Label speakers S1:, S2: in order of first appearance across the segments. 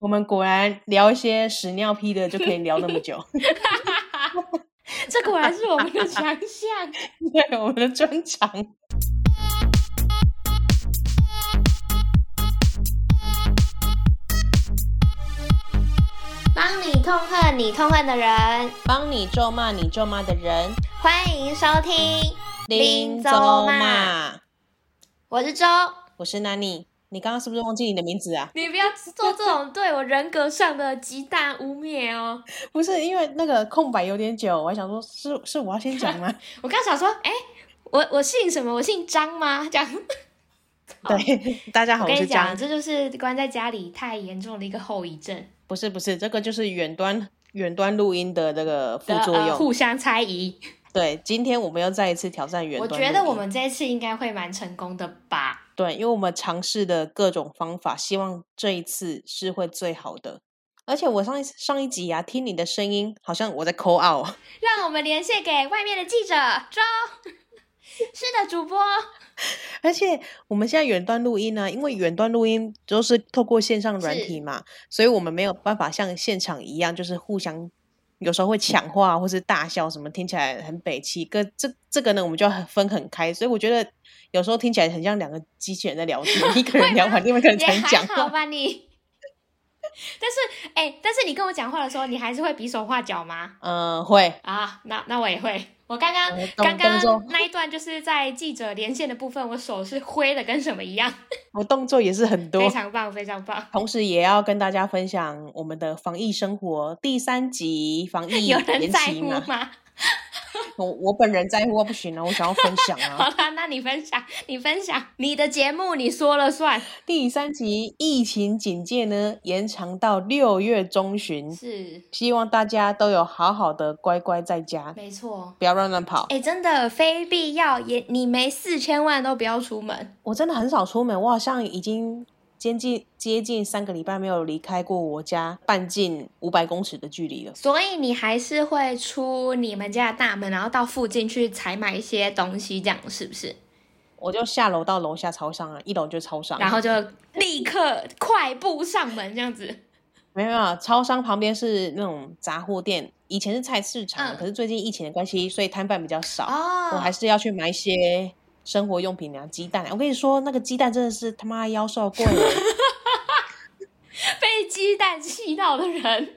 S1: 我们果然聊一些屎尿屁的就可以聊那么 久，
S2: 这果然是我们的强项。
S1: 对我们的专长。
S2: 帮你痛恨你痛恨的人，
S1: 帮你咒骂你咒骂的人，
S2: 欢迎收听。林州骂，我是周，
S1: 我是 Nani。你刚刚是不是忘记你的名字啊？
S2: 你不要做这种对我人格上的极大污蔑哦。
S1: 不是，因为那个空白有点久，我还想说是是我要先讲吗？
S2: 我刚想说，哎、我我姓什么？我姓张吗？这样，
S1: 对，大家好，我
S2: 我跟
S1: 是
S2: 你讲，
S1: 江。
S2: 这就是关在家里太严重的一个后遗症
S1: 不是不是，这个就是远端远端录音的这个副
S2: 的
S1: 作用。
S2: 呃、互相猜疑。
S1: 对，今天我们又再一次挑战远
S2: 我
S1: 端录音。
S2: 觉得我们这一次应该会蛮成功的吧。
S1: 对，因为我们尝试的各种方法，希望这一次是会最好的。而且我上一上一集啊，听你的声音，好像我在 call out。
S2: 让我们连线给外面的记者周。 是的，主播，
S1: 而且我们现在远端录音呢、因为远端录音都是透过线上软
S2: 是
S1: 体嘛，所以我们没有办法像现场一样，就是互相有时候会抢话或是大笑什么，听起来很北气。跟这这个呢，我们就要很分很开，所以我觉得有时候听起来很像两个机器人在聊天， 一个人聊完，另外一个人
S2: 也
S1: 才
S2: 还
S1: 讲
S2: 好
S1: 话。
S2: 吧你。但是，哎、但是你跟我讲话的时候，你还是会比手画脚吗？
S1: 嗯、会。
S2: 啊，那那我也会。我刚刚
S1: 嗯我懂
S2: 刚
S1: 动作
S2: 刚那一段就是在记者连线的部分，我手是挥的跟什么一样，
S1: 我动作也是很多
S2: 非，常棒，非常棒。
S1: 同时也要跟大家分享我们的防疫生活第三集防疫
S2: 有人
S1: 延
S2: 在
S1: 期
S2: 乎
S1: 嘛。
S2: 吗？
S1: 我我本人在乎啊不行啊，我想要分享啊
S2: 好。啦，那你分享，你分享你的节目，你说了算。
S1: 第三集疫情警戒呢延长到六月中旬，
S2: 是，
S1: 希望大家都有好好的乖乖在家，
S2: 没错。
S1: 不要乱乱跑。
S2: 哎、真的非必要也，你没事千万都不要出门。
S1: 我真的很少出门，我好像已经接近接近三个礼拜没有离开过我家半径五百公尺的距离了。
S2: 所以你还是会出你们家的大门，然后到附近去采买一些东西，这样是不是？
S1: 我就下楼到楼下超商啊，一楼就超商，
S2: 然后就立刻快步上门，这样子。
S1: 没有没有，超商旁边是那种杂货店，以前是菜市场，
S2: 嗯
S1: 可是最近疫情的关系，所以摊贩比较少。
S2: 哦，
S1: 我还是要去买一些生活用品啊，鸡蛋啊。我跟你说，那个鸡蛋真的是他妈妖兽 贵了，
S2: 被鸡蛋气到的人，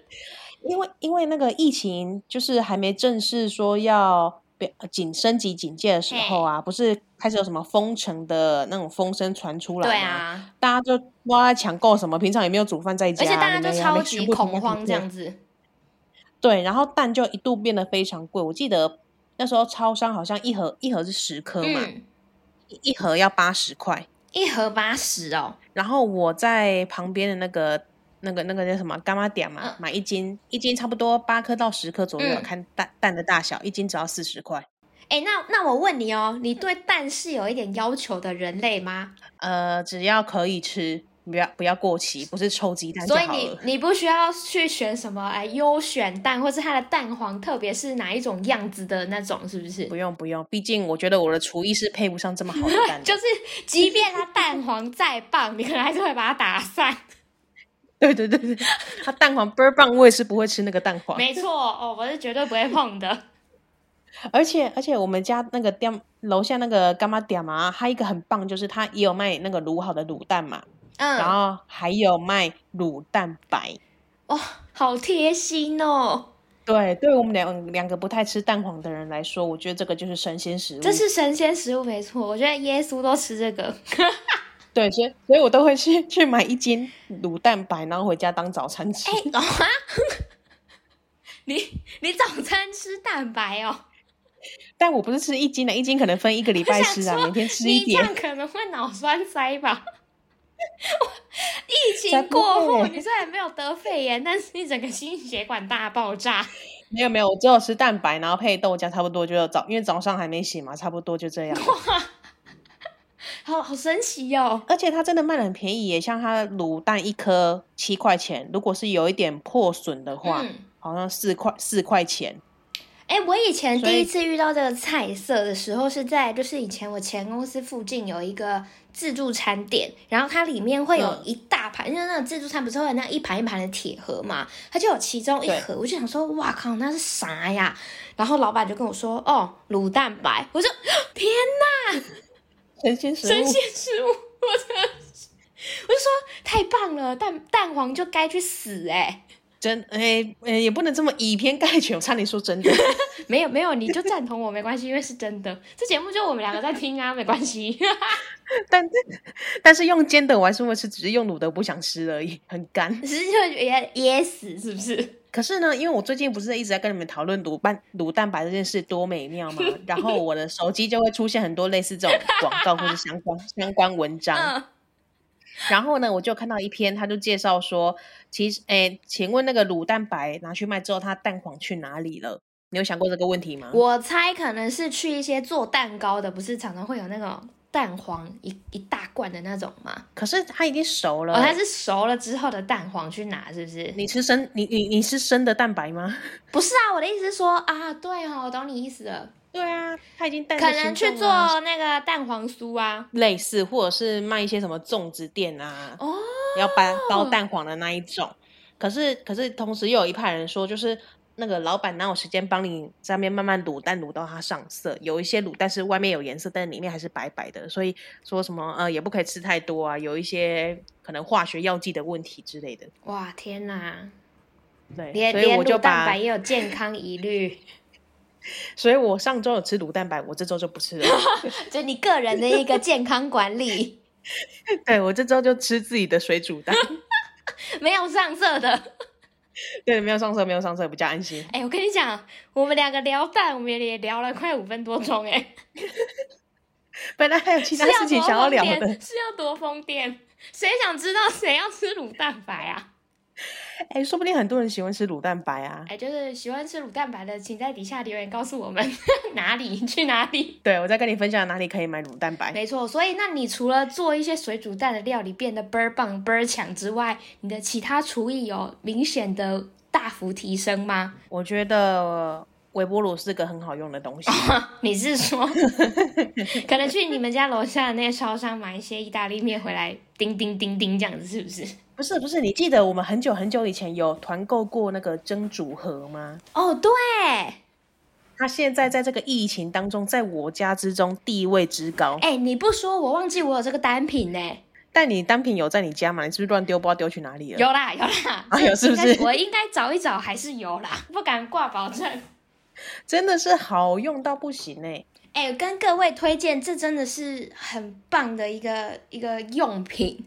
S1: 因为因为那个疫情就是还没正式说要表警升级警戒的时候啊，不是开始有什么封城的那种风声传出来
S2: 对
S1: 吗，
S2: 啊，
S1: 大家就不知道在抢购什么，平常也没有煮饭在家，
S2: 而且大家
S1: 你
S2: 就
S1: 们也还
S2: 超
S1: 没去
S2: 级
S1: 过
S2: 恐
S1: 人家
S2: 慌
S1: 店
S2: 这样子。
S1: 对，然后蛋就一度变得非常贵。我记得那时候超商好像一盒一盒是十颗嘛，
S2: 嗯，
S1: 一一盒要八十块。
S2: 一盒八十哦，
S1: 然后我在旁边的那个那个那个叫什么干妈点嘛，
S2: 嗯
S1: 买一斤，一斤差不多八颗到十颗左右，啊
S2: 嗯
S1: 看蛋蛋的大小，一斤只要四十块。
S2: 哎，那那我问你哦，你对蛋是有一点要求的人类吗？
S1: 呃，只要可以吃，不要不要过期，不是臭鸡蛋就
S2: 所以
S1: 好
S2: 你
S1: 了。
S2: 你不需要去选什么哎优选蛋，或是它的蛋黄，特别是哪一种样子的那种，是不是
S1: 不？用不用，毕竟我觉得我的厨艺是配不上这么好的蛋的。
S2: 就是即便它蛋黄再棒，你可能还是会把它打散。
S1: 对对对对，它蛋黄倍儿棒，我也是不会吃那个蛋黄。
S2: 没错，哦，我是绝对不会 碰的。
S1: 而且而且我们家那个店楼下那个干妈店嘛，它一个很棒，就是它也有卖那个卤好的卤蛋嘛，
S2: 嗯，
S1: 然后还有卖卤蛋白。
S2: 哇、好贴心哦！
S1: 对，对我们两两个不太吃蛋黄的人来说，我觉得这个就是神仙食物。
S2: 这是神仙食物没错，我觉得耶稣都吃这个。
S1: 哎 对，所以所以我都会去去买一斤卤蛋白，然后回家当早餐吃。
S2: 哎、哦哈，你你早餐吃蛋白哦？
S1: 但我不是吃一斤的，一斤可能分一个礼拜
S2: 我想
S1: 吃啊，
S2: 说
S1: 每天吃一
S2: 你这
S1: 点。
S2: 样可能会脑栓塞 吧？疫
S1: 才
S2: 情
S1: 不会
S2: 过后，你虽然没有得肺炎，但是你整个心血管大爆炸。
S1: 没有没有，我只有吃蛋白，然后配豆浆，差不多就早，因为早上还没醒嘛，差不多就这样。
S2: 好好神奇哟、哦！
S1: 而且它真的卖的很便宜耶，像它卤蛋一颗七块钱，如果是有一点破损的话，
S2: 嗯
S1: 好像四块四块钱。
S2: 哎、我以前
S1: 所以
S2: 第一次遇到这个菜色的时候，是在就是以前我前公司附近有一个自助餐店，然后它里面会有
S1: 嗯
S2: 一大盘，因为那个自助餐不是会有那一盘一盘的铁盒嘛，它就有其中一
S1: 对
S2: 盒，我就想说，哇靠，那是啥呀？然后老板就跟我说，哦，卤蛋白，我就天
S1: 神仙食物，
S2: 生鲜食物，我真的是，我就说太棒了，蛋蛋黄就该去死哎、
S1: 真哎哎，也不能这么以偏概全，我差点说真的。
S2: 没有没有，你就赞同我没关系，因为是真的。这节目就我们两个在听啊，没关系。
S1: 但但是用煎的我还是会吃，只是用卤的不想吃而已，很干。
S2: 只是就也噎死，是不是？
S1: 可是呢，因为我最近不是一直在跟你们讨论卤蛋卤蛋白这件事多美妙吗？然后我的手机就会出现很多类似这种广告或者相关相关文章。
S2: 嗯，
S1: 然后呢，我就看到一篇，他就介绍说，其实诶，请问那个卤蛋白拿去卖之后，它蛋黄去哪里了？你有想过这个问题吗？
S2: 我猜可能是去一些做蛋糕的，不是常常会有那种蛋黄一一大罐的那种吗？
S1: 可是它已经熟了
S2: 哦，。它是熟了之后的蛋黄去拿，是不是？
S1: 你吃生你你你是生的蛋白吗？
S2: 不是啊，我的意思是说啊，对哦，我懂你意思了，
S1: 对啊，它已经蛋
S2: 可能去
S1: 啊
S2: 做那个蛋黄酥啊。
S1: 类似，或者是卖一些什么粽子店啊，
S2: 哦，
S1: 要包包蛋黄的那一种。可是可是同时又有一派人说，就是那个老板哪有时间帮你在那边慢慢卤蛋卤到它上色？有一些卤蛋是外面有颜色，但是里面还是白白的，所以说什么呃也不可以吃太多啊，有一些可能化学药剂的问题之类的。
S2: 哇，天哪，
S1: 对，
S2: 连
S1: 所以
S2: 连
S1: 我就
S2: 卤蛋
S1: 把
S2: 白也有健康疑虑，
S1: 所以我上周有吃卤蛋白，我这周就不 吃了。
S2: 就你个人的一个健康管理，
S1: 对我这周就吃自己的水煮 蛋，
S2: 没有上色的。
S1: 对，没有上色，没有上色，比较安心。
S2: 哎、我跟你讲，我们两个聊蛋，我们也聊了快五分多钟、哎。
S1: 本来还有其
S2: 是
S1: 他
S2: 要
S1: 事情
S2: 多
S1: 想要
S2: 疯
S1: 聊
S2: 癫
S1: 的，
S2: 是要多疯癫？谁想知道谁要吃卤蛋白啊？
S1: 哎、说不定很多人喜欢吃卤蛋白啊。
S2: 哎，就是喜欢吃卤蛋白的，请在底下留言告诉我们哪里去哪里。
S1: 对，我再跟你分享哪里可以买卤蛋白。
S2: 没错，所以那你除了做一些水煮蛋的料理变得倍儿棒倍儿强之外，你的其他厨艺有明显的大幅提升吗？
S1: 我觉得微波炉是个很好用的东西。
S2: 哦 你是说，可能去你们家楼下的那个超商买一些意大利面回来，叮叮叮叮这样子，是不是？
S1: 不是不是，你记得我们很久很久以前有团购过那个蒸煮盒吗？
S2: 哦，对，
S1: 它现在在这个疫情当中，在我家之中地位之高。
S2: 哎，你不说我忘记我有这个单品呢、
S1: 但你单品有在你家吗？你是不是乱丢，不知道丢去哪里了？
S2: 有啦 哎有啦，
S1: 啊有是不是
S2: 应该我应该找一找，还是有啦，不敢挂保证。
S1: 真的是好用到不行哎、
S2: 哎、跟各位推荐，这真的是很棒的一个一个用品。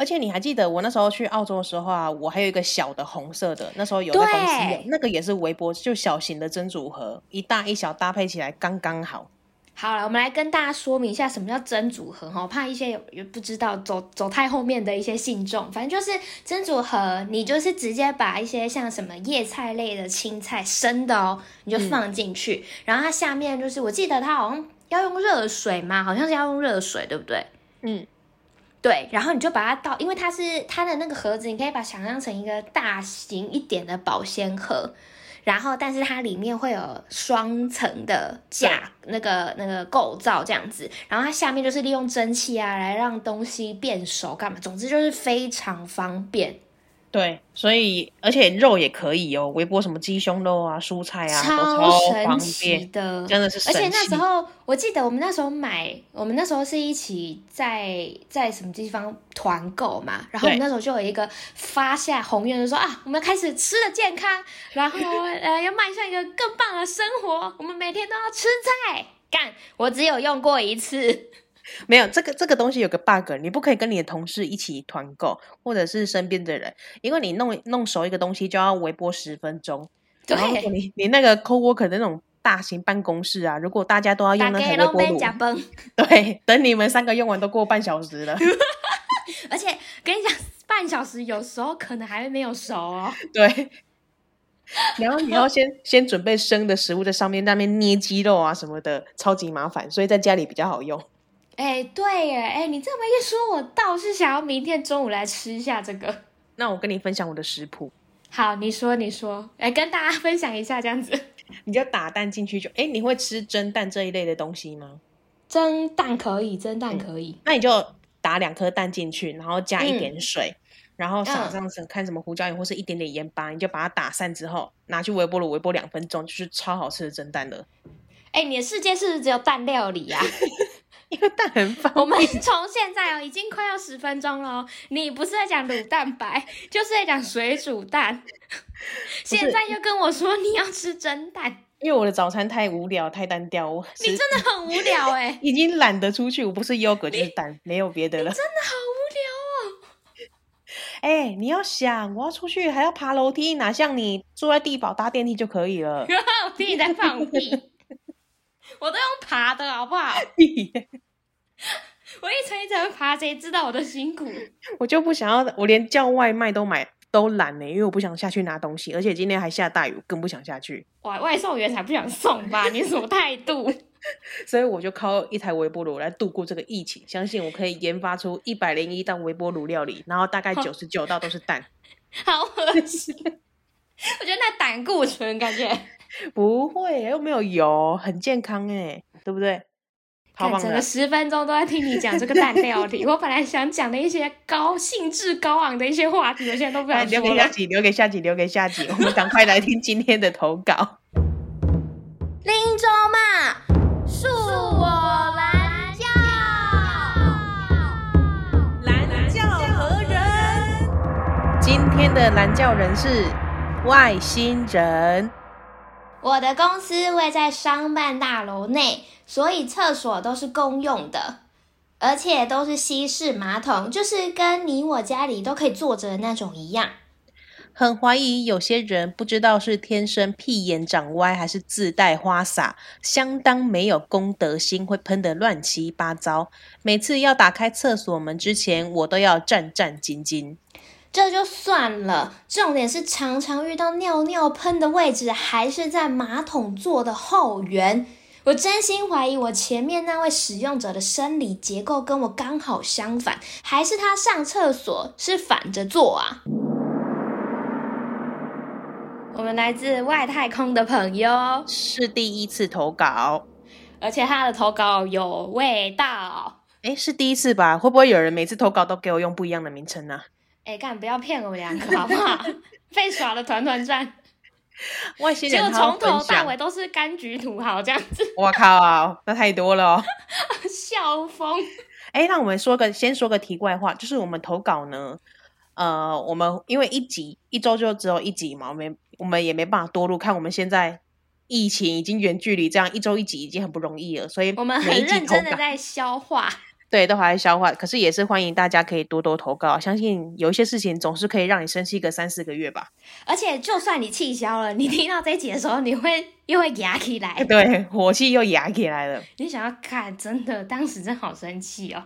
S1: 而且你还记得我那时候去澳洲的时候啊，我还有一个小的红色的，那时候有在公司有
S2: 对，
S1: 那个也是微波，就小型的蒸煮盒，一大一小搭配起来刚刚好。
S2: 好了，我们来跟大家说明一下什么叫真组合哈，怕一些有有不知道走走太后面的一些信众，反正就是真组合，你就是直接把一些像什么叶菜类的青菜生的哦，你就放进去，然后它下面就是我记得它好像要用热水嘛，好像是要用热水，对不对？
S1: 嗯，
S2: 对，然后你就把它倒，因为它是它的那个盒子，你可以把它想象成一个大型一点的保鲜盒，然后但是它里面会有双层的架那个那个构造这样子，然后它下面就是利用蒸汽啊来让东西变熟，干嘛？总之就是非常方便，
S1: 对，所以而且肉也可以哦，微波什么鸡胸肉啊、蔬菜啊，都
S2: 神
S1: 方
S2: 奇
S1: 便，
S2: 的，
S1: 真的是神
S2: 而
S1: 器。
S2: 且那时候我记得我们那时候买，我们那时候是一起在在什么地方团购嘛，然后我们
S1: 对
S2: 那时候就有一个发下宏愿，就说啊，我们要开始吃的健康，然后呃要迈向一个更棒的生活，我们每天都要吃菜。干，我只有用过一次，
S1: 没有这个这个东西有个 bug，你不可以跟你的同事一起团购，或者是身边的人，因为你弄弄熟一个东西就要微波十分钟。
S2: 对
S1: 然后如果你你那个 coworker 的那种大型办公室啊，如果大家都要用那台微波
S2: 被
S1: 炉，
S2: 假崩。
S1: 对，等你们三个用完都过半小时 了。
S2: 而且跟你讲，半小时有时候可能还没有熟哦。
S1: 对，然后你要先先准备生的食物在上面，那边捏鸡肉啊什么的，超级麻烦，所以在家里比较好用。
S2: 哎、对耶，哎、你这么一说，我倒是想要明天中午来吃一下这个。
S1: 那我跟你分享我的食谱，
S2: 好，你说，你说，来跟大家分 享一下这样子。
S1: 你就打蛋进去就，哎，你会吃蒸蛋这一类的东西吗？
S2: 蒸蛋可以，蒸蛋可以。
S1: 那你就打两颗蛋进去，然后加一点水，然后撒
S2: 嗯
S1: 上什看什么胡椒盐或是一点点盐巴，你就把它打散之后，拿去微波炉微波两分钟，就是超好吃的蒸蛋了。
S2: 哎、你的世界是不是只有蛋料理啊？
S1: 因为蛋很方
S2: 我们从现在哦，已经快要十分钟了哦。你不是在讲卤蛋白，就是在讲水煮蛋。
S1: 是
S2: 现在又跟我说你要吃蒸蛋，
S1: 因为我的早餐太无聊太单调，我
S2: 你真的很无 聊哎、
S1: 已经懒得出去，我不是优格就是蛋，没有别的了。
S2: 真的好无聊哦。
S1: 哎、你要想，我要出去还要爬楼梯，哪像你坐在地堡搭电梯就可以了。
S2: 我听你在放屁，我都用爬的好不 好？我一层一层爬，谁知道我的辛苦？
S1: 我就不想要，我连叫外卖都买都懒呢、因为我不想下去拿东西，而且今天还下大雨，我更不想下去，
S2: 哇，外送员才不想送 吧？你什么态度？
S1: 所以我就靠一台微波炉来度过这个疫情。相信我可以研发出一百零一道微波炉料理，然后大概
S2: 好
S1: 九十九道都是蛋。
S2: 好恶心！我觉得那胆固醇感觉，
S1: 不会、又没有油，很健康哎、对不对？好
S2: 看
S1: 棒
S2: 整
S1: 的
S2: 个！十分钟都在听你讲这个蛋料 理。我本来想讲的一些高兴致高昂的一些话题，我现在都不
S1: 哎，留
S2: 想说
S1: 给下
S2: 了。
S1: 集，留给下集，留给下集，我们赶快来听今天的投稿。
S2: 林州嘛，恕我蓝教。
S1: 蓝教何人？今天的蓝教人是外星人。
S2: 我的公司位在商办大楼内，所以厕所都是公用的，而且都是西式马桶，就是跟你我家里都可以坐着的那种一样。
S1: 很怀疑有些人不知道是天生屁眼长歪，还是自带花洒，相当没有公德心，会喷得乱七八糟。每次要打开厕所门之前，我都要战战兢兢。
S2: 这就算了，重点是常常遇到尿尿喷的位置还是在马桶座的后缘。我真心怀疑我前面那位使用者的生理结构跟我刚好相反，还是他上厕所是反着坐啊？我们来自外太空的朋友，
S1: 是第一次投稿，
S2: 而且他的投稿有味道。
S1: 诶，是第一次吧？会不会有人每次投稿都给我用不一样的名称呢、
S2: 哎，干，不要骗我们两个好不好？ 被耍的团团转。
S1: 外星
S2: 结
S1: 人
S2: 果
S1: 他要
S2: 从
S1: 分
S2: 头到
S1: 享
S2: 尾，都是柑橘土豪这样子
S1: 我靠、那太多了、哦。
S2: 笑疯。
S1: 哎，那我们说个先说个题外话，就是我们投稿呢，呃，我们因为一集一周就只有一集嘛，我们我们也没办法多录。看我们现在疫情已经远距离这样一周一集已经很不容易了，所以
S2: 我们
S1: 每
S2: 很
S1: 一集
S2: 认
S1: 投
S2: 真的
S1: 稿
S2: 在消化，
S1: 对都还在消化，可是也是欢迎大家可以多多投稿。相信有一些事情总是可以让你生气个三四个月吧。
S2: 而且就算你气消了，你听到这一集的时候，你会又会牙起来。
S1: 对，火气又压起来了。
S2: 你想要看，真的，当时真好生气哦。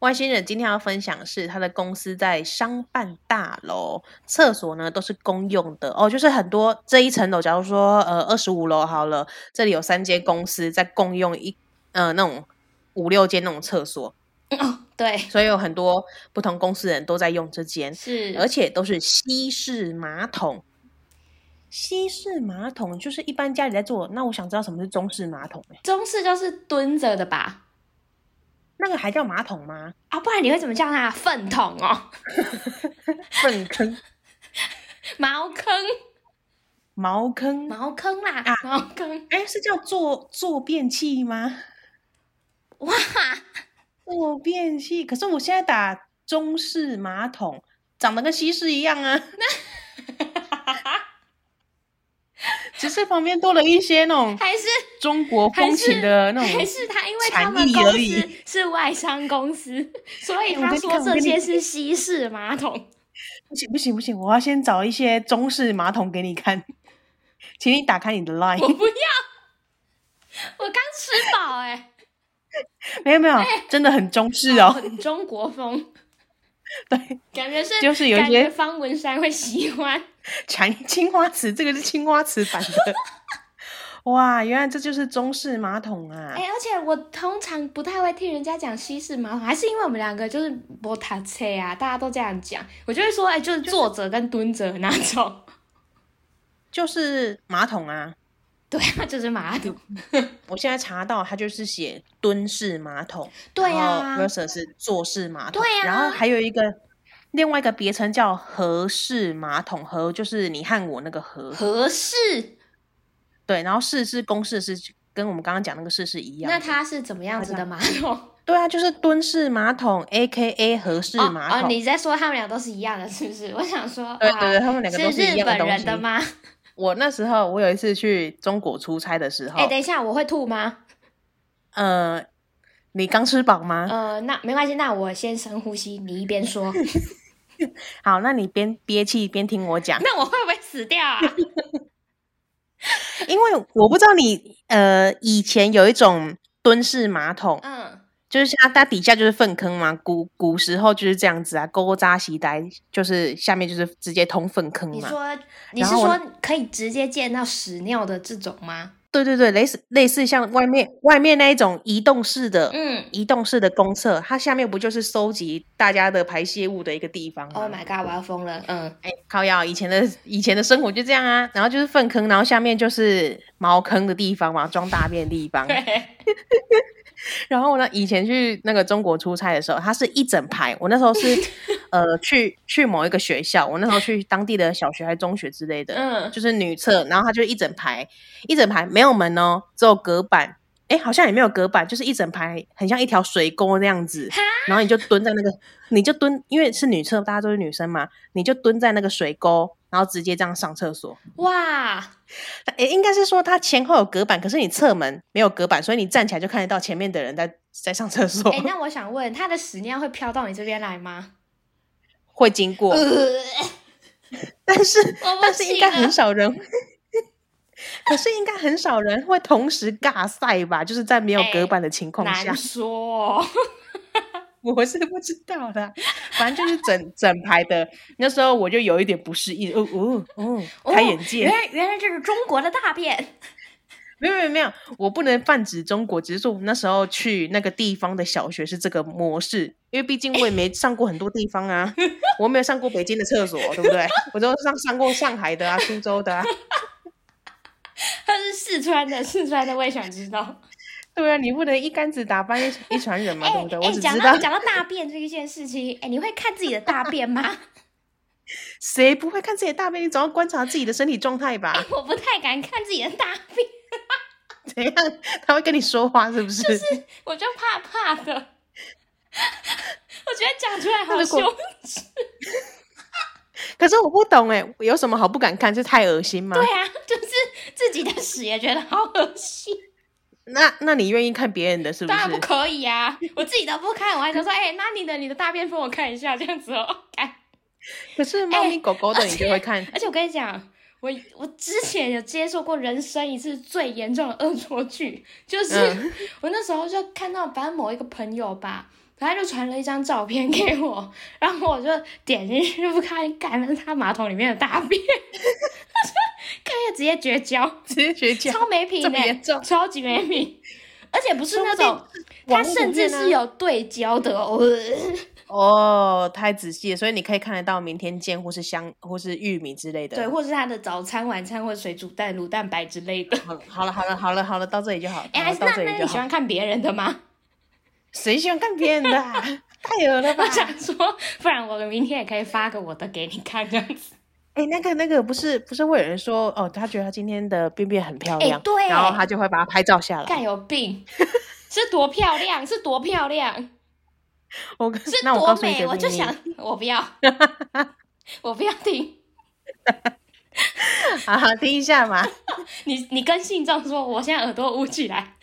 S1: 外星人今天要分享的是他的公司在商办大楼，厕所呢都是公用的哦，就是很多这一层楼，假如说呃二十五楼好了，这里有三间公司在共用一呃那种五六间那种厕所，
S2: 嗯哦，对，
S1: 所以有很多不同公司的人都在用这间，
S2: 是，
S1: 而且都是西式马桶。西式马桶就是一般家里在做，那我想知道什么是中式马桶、欸、
S2: 中式就是蹲着的吧？
S1: 那个还叫马桶吗？
S2: 啊，不然你会怎么叫它？粪桶哦，
S1: 粪坑、
S2: 茅坑，
S1: 茅坑
S2: 茅坑啦，茅坑。
S1: 哎，是叫坐坐便器吗？
S2: 哇，
S1: 坐便器，可是我现在打中式马桶，长得跟西式一样啊，只是旁边多了一些那种
S2: 还是
S1: 中国风情的那
S2: 还
S1: 种。
S2: 是他，因为他
S1: 产
S2: 们
S1: 业
S2: 公
S1: 而
S2: 司
S1: 已
S2: 是外商 公司，所以
S1: 哎我
S2: 他
S1: 跟你
S2: 说
S1: 讲我
S2: 这
S1: 跟你
S2: 些是西式马桶。
S1: 不行不行不行，我要先找一些中式马桶给你看，请你打开你的
S2: 我
S1: Line。
S2: 不要，我刚吃饱哎、
S1: 没有没有，真的很中式哦。
S2: 很中国风，
S1: 对，
S2: 感觉是
S1: 就是有一
S2: 感觉
S1: 些
S2: 方文山会喜欢。
S1: 抢青花瓷，这个是青花瓷版的。哇，原来这就是中式马桶啊！
S2: 哎、而且我通常不太会听人家讲西式马桶，还是因为我们两个就是摩塔车啊，大家都这样讲，我就会说哎、就是坐着跟蹲着那种。
S1: 就是马桶啊，
S2: 对啊，就是马桶。
S1: 我现在查到它就是写蹲式马桶，
S2: 对
S1: 呀
S2: 啊
S1: v e r s u 是坐式马桶，
S2: 对啊
S1: 然后还有一个另外一个别称叫和式马桶，和就是你和我那个和，
S2: 合适？
S1: 对，然后式是公式是跟我们刚刚讲那个式是一样的，
S2: 那它是怎么样子的马桶？
S1: 对啊，就是蹲式马桶 A K A 和式马桶，
S2: 哦哦，你在说他们俩都是一样的，是不是？我想说，
S1: 对
S2: 啊
S1: 对对，他们两个都
S2: 是
S1: 一
S2: 日
S1: 样的
S2: 本
S1: 东
S2: 人
S1: 西
S2: 的吗？
S1: 我那时候我有一次去中国出差的时候，
S2: 哎、等一下，我会吐吗？
S1: 呃，你刚吃饱吗？
S2: 呃，那没关系，那我先深呼吸，你一 边说。
S1: 好，那你边憋气边听我讲，
S2: 那我会不会死掉啊？
S1: 因为我不知道你呃以前有一种蹲式马桶，
S2: 嗯，
S1: 就是它它底下就是粪坑嘛，古古时候就是这样子啊，勾勾扎席呆，就是下面就是直接通粪坑
S2: 你
S1: 嘛。
S2: 说你
S1: 然
S2: 是
S1: 后我
S2: 说可以直接见到屎尿的这种吗？
S1: 对对对，类似类似像外面外面那一种移动式的。
S2: 嗯
S1: 移动式的公厕，它下面不就是收集大家的排泄物的一个地方吗？
S2: ，Oh my god，我要疯了。嗯，
S1: 哎、靠药，以前的以前的生活就这样啊，然后就是粪坑，然后下面就是茅坑的地方嘛，装大便的地方。
S2: 对，
S1: 然后呢，以前去那个中国出差的时候，它是一整排。我那时候是呃去去某一个学校，我那时候去当地的小学还是中学之类的，
S2: 嗯，
S1: 就是女厕，然后它就一整排，一整排没有门哦，只有隔板。哎，好像也没有隔板，就是一整排，很像一条水沟那样子
S2: 哈。
S1: 然后你就蹲在那个，你就蹲，因为是女厕，大家都是女生嘛，你就蹲在那个水沟，然后直接这样上厕所。
S2: 哇，
S1: 诶，应该是说它前后有隔板，可是你侧门没有隔板，所以你站起来就看得到前面的人在在上厕所，
S2: 哎、那我想问，它的屎尿会飘到你这边来吗？
S1: 会经过。
S2: 呃，
S1: 但是
S2: 我不
S1: 但是应该
S2: 行了啊
S1: 很少人， 可是应该很少人会同时尬赛吧？就是在没有
S2: 诶
S1: 隔板的情况下，
S2: 哎 难说、哦。
S1: 我是不知道的。反正就是整 整排的，那时候我就有一点不适应，哦哦哦，
S2: 哦
S1: 开眼界。
S2: 原来原来这是中国的大便。
S1: 没有没有没有，我不能泛指中国，只是说我们那时候去那个地方的小学是这个模式，因为毕竟我也没上过很多地方啊， 我没有上过北京的厕所，对不对？ 我都上上过上海的啊、苏州的啊。
S2: 他是四川的，四川的我也想知道。
S1: 对啊，你不能一竿子打翻一一船人嘛，对不对？我只
S2: 哎讲
S1: 知
S2: 到
S1: 道
S2: 讲到大便这一件事情，哎、你会看自己的大便吗？
S1: 谁不会看自己的大便，你总要观察自己的身体状态吧？
S2: 我不太敢看自己的大便，
S1: 怎样？他会跟你说话是不是？
S2: 我就怕怕的。 我觉得讲出来好
S1: 那如
S2: 羞
S1: 果
S2: 耻。
S1: 可是我不懂哎、有什么好不敢看？是太恶心吗？
S2: 对啊， 就是自己的屎也觉得好恶心。
S1: 那那你愿意看别人的，是不
S2: 当然不
S1: 是？
S2: 可以啊！我自己都不看，我还想说，哎、那你的你的大便分我看一下，这样子哦。哎，
S1: 可是猫咪狗狗的
S2: 而
S1: 你
S2: 且
S1: 就会看。
S2: 而且我跟你讲，我我之前有接受过人生一次最严重的恶作剧，就是、
S1: 嗯
S2: 我那时候就看到，反正某一个朋友吧，他就传了一张照片给我，然后我就点进去不看，干了他马桶里面的大便，我就看一下直接绝交，
S1: 直接 绝交，
S2: 超没品
S1: 这
S2: 的、
S1: 么严重
S2: 超级没 品，而且不是那
S1: 说
S2: 种
S1: 不。定
S2: 他
S1: 网络
S2: 甚
S1: 普
S2: 至
S1: 遍
S2: 是
S1: 啊
S2: 有对焦的哦，
S1: 哦，太仔细了，所以你可以看得到明天见，或是香，或是玉米之类的。啊
S2: 对，，或是他的早餐、晚餐或水煮蛋、卤蛋白之类的。
S1: 好了，好了，好了，好了，好了，到这里就好。
S2: 哎、
S1: 好
S2: 还
S1: 了
S2: 是
S1: 到
S2: 那
S1: 这
S2: 那
S1: 里
S2: 你
S1: 就
S2: 喜
S1: 好。
S2: 欢看别人 的吗？
S1: 谁喜欢看别人的、啊？ 太恶了吧
S2: 我！想说，不然我明天也可以发个我的给你看，这样子。
S1: 哎、那个那个，不是不是会有人说哦，他觉得他今天的便便很漂
S2: 哎
S1: 亮，
S2: 对
S1: 然后他就会把它拍照下
S2: 干
S1: 来。
S2: 有病， 是多漂亮，是多漂亮，
S1: 我跟
S2: 是
S1: 那我
S2: 多
S1: 告诉你一
S2: 美。
S1: 个
S2: 我就
S1: 秘密
S2: 想，我 不要，我不要听。
S1: 啊，听一下 嘛，
S2: 你你跟信众说，我现在耳朵捂起来。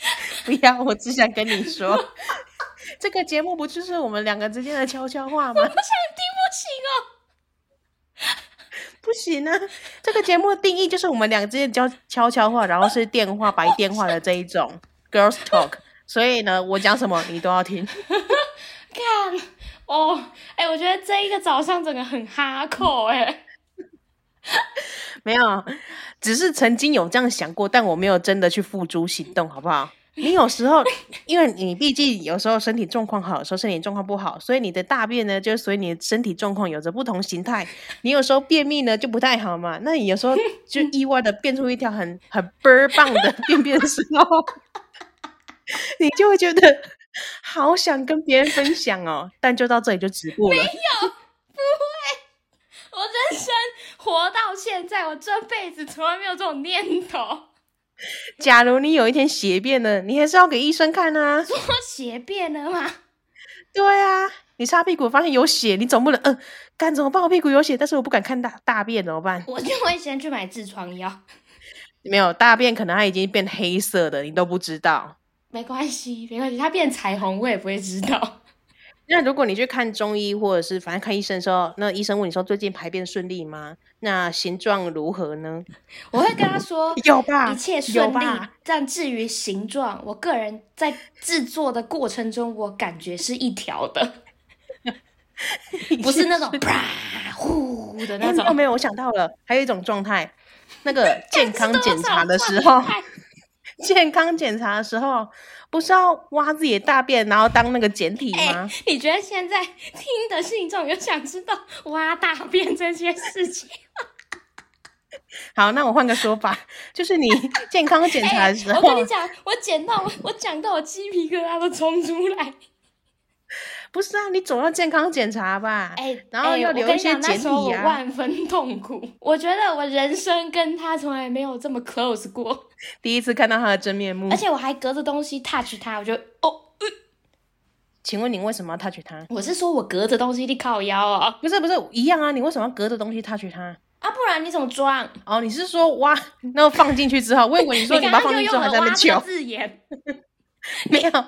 S1: 不要，我只想跟你说， 这个节目不就是我们两个之间的悄悄话吗？
S2: 不
S1: 不行啊，这个节目的定义就是我们两个之间悄悄悄话，然后是电话白电话的这一种 girls talk。所 以呢，我讲什么你都要听。
S2: 行哦，干哦，哎、我觉得这一个早上整个很哈口哎、
S1: 没有，只是曾经有这样想过，但我没有真的去付诸行动，好不好？你有时候，因为你毕竟有时候身体状况好，有时候身体状况不好，所以你的大便呢，就是随你的身体状况有着不同形态。你有时候便秘呢就不太好嘛，那你有时候就意外的变出一条很很倍儿棒的便便的时候， 你就会觉得好想跟别人分享哦，但就到这里就止步了。
S2: 我人生活到现在，我这辈子从来没有这种念头。
S1: 假如你有一天血便了，你还是要给医生看啊。
S2: 我血便了吗？
S1: 对啊，你擦屁股发现有血，你总不能嗯，干怎么办？我屁股有血，但是我不敢看大大便怎么办？
S2: 我就会先去买痔疮药。
S1: 没有大便，可能它已经变黑色的，你都不知道。
S2: 没关系，没关系，它变彩虹我也不会知道。
S1: 那如果你去看中医，或者是反正看医生的时候，那医生问你说最近排便顺利吗？那形状如何呢？
S2: 我会跟他 说
S1: 有吧
S2: 一切
S1: 有
S2: 顺利
S1: 吧。
S2: 但至于形状，我个人在制作的过程中，我感觉是一条 的，不是那种啪呼的那
S1: 哎没有
S2: 种。
S1: 没有，我想到了，还有一种状态，那 个健康
S2: 这
S1: 检
S2: 多少
S1: 查的
S2: 状
S1: 时候，
S2: 态
S1: 健康检查的时候不是要挖自己的大便，然后当那个简体
S2: 哎、
S1: 吗？
S2: 你觉得现在听的信众有想知道挖大便这件事情？
S1: 好，那我换个说法，就是 你健康检查
S2: 哎、
S1: 的时
S2: 我跟
S1: 候
S2: 你，讲，我剪到我我讲到我鸡皮疙瘩都冲出来。
S1: 不是啊，你总要健康检查吧？
S2: 哎、
S1: 然后
S2: 哎
S1: 要
S2: 我
S1: 留
S2: 跟
S1: 一
S2: 你
S1: 些
S2: 讲那
S1: 简
S2: 时候
S1: 体
S2: 我
S1: 啊，
S2: 万分 痛苦。我觉得我人生跟他从来没有这么 close 过，
S1: 第一次看到他的真面目
S2: 而。且我还隔着东西 touch 他，我就哦，
S1: 请问你为什么要 touch 他？
S2: 我是说我隔着东西你靠腰哦，
S1: 不是不是一样啊？你为什么要隔着东西 touch 他？
S2: 啊，不然你怎么装？
S1: 哦，你是说挖，然后放进去之后，我以为你说你
S2: 刚
S1: 把它
S2: 刚
S1: 放
S2: 就
S1: 进去
S2: 用
S1: 之后还
S2: 了
S1: 在那
S2: 挖
S1: 边
S2: 这
S1: 翘
S2: 个，字眼，
S1: 没有。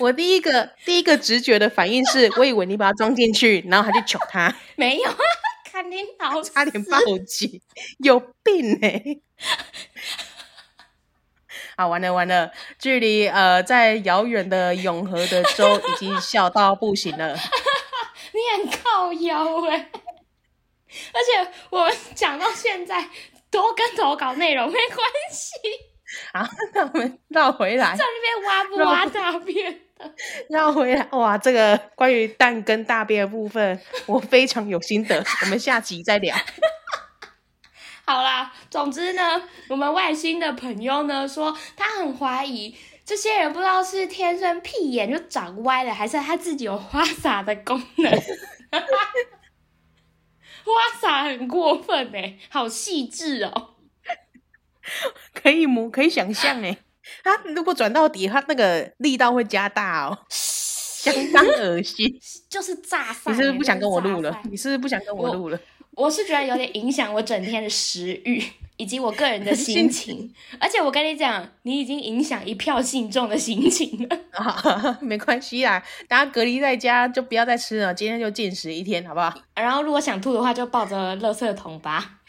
S1: 我第一个第一个直觉的反应是，我以为你把它装进去，然后还去求他，
S2: 没 有，啊肯定 好
S1: 差点暴击， 有病哎、 啊，完了完了，距离呃在遥远的永和的州已经笑到不行了。
S2: 你很靠腰哎、而且我们讲到现在都跟投稿内容没关系，
S1: 好，那我们绕回 来
S2: 在，那边挖不挖大便的？
S1: 绕回来，哇，这个关于蛋跟大便的部分，我非常有心得， 我们下集再聊。
S2: 好啦，总之呢，我们外星的朋友呢说他很怀疑。这些人不知道是天生屁眼就长歪了，还是他自己有花洒的功能。 花洒很过分哎、好细致哦！
S1: 可以模可以想象哎，它如果转到底，它那个力道会加大哦，相当恶心。
S2: 就是炸散
S1: 你
S2: 欸、
S1: 是不是不想跟我
S2: 就是炸
S1: 录了
S2: 散？
S1: 你是不是不想跟我录了？
S2: 我是觉得有点影响我整天的食欲，以及我个人的心 情。而且我跟你讲，你已经影响一票信众的心情了。
S1: 啊， 没关系啦，大家隔离在家就不要再吃了，今天就禁食一天，好不好？
S2: 然后如果想吐的话，就抱着垃圾桶吧。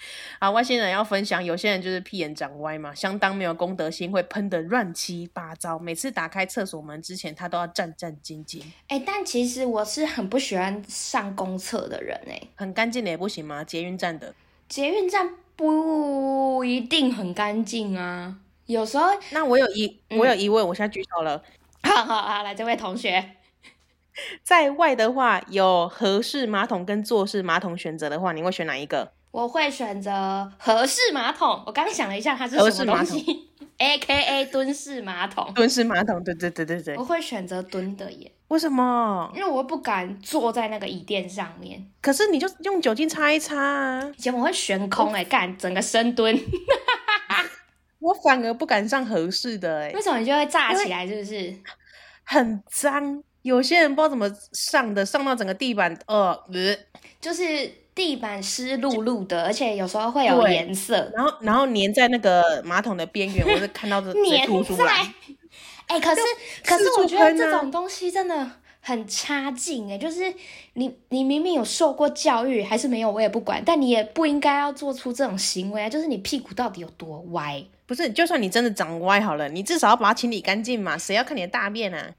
S1: 好，外星人要分享，有些人就是屁眼长歪嘛，相当没有公德心，会喷的乱七八糟。每次打开厕所门之前，他都要战战兢兢，
S2: 哎、但其实我是很不喜欢上公厕的人哎、
S1: 很干净的也不行吗？捷运站的，
S2: 捷运站不一定很干净啊，有时候，
S1: 那我有疑，我有疑问，我现在举手了。
S2: 好好好，来这位同学，
S1: 在外的话，有合适马桶跟坐式马桶选择的话，你会选哪一个？
S2: 我会选择合适马桶。我刚想了一下，它是
S1: 合
S2: 什
S1: 适
S2: 么
S1: 马
S2: 东
S1: 桶
S2: 西 ？A K A 蹲式马桶。
S1: 蹲式马桶，对对对对对
S2: 我。会选择蹲的耶，
S1: 为什么？
S2: 因为我不敢坐在那个椅垫上面。
S1: 可是你就用酒精擦一擦啊！
S2: 以前我会悬空
S1: 哦
S2: 哎、干整个 深蹲，
S1: 我反而不敢上合适的、欸，
S2: 为什么你就会炸起来？是不是？
S1: 很脏。有些人不知道怎么上的，上到整个地板，呃，呃
S2: 就是地板湿漉漉的，而且有时候会有
S1: 对
S2: 颜色
S1: 然后然后粘在那个马桶的边缘，我就看到 这
S2: 粘
S1: 这凸出
S2: 在
S1: 来。。
S2: 哎、可是
S1: 就
S2: 可是
S1: 四处
S2: 我觉得
S1: 喷
S2: 这
S1: 啊
S2: 种东西真的很差劲哎、就是你你明明有受过教育，还是没有我也不管，但你也不应该要做出这种行为啊！就是你屁股到底有多歪？
S1: 不是，就算你真的长歪好了，你至少要把它清理干净嘛。谁要看你的大便啊？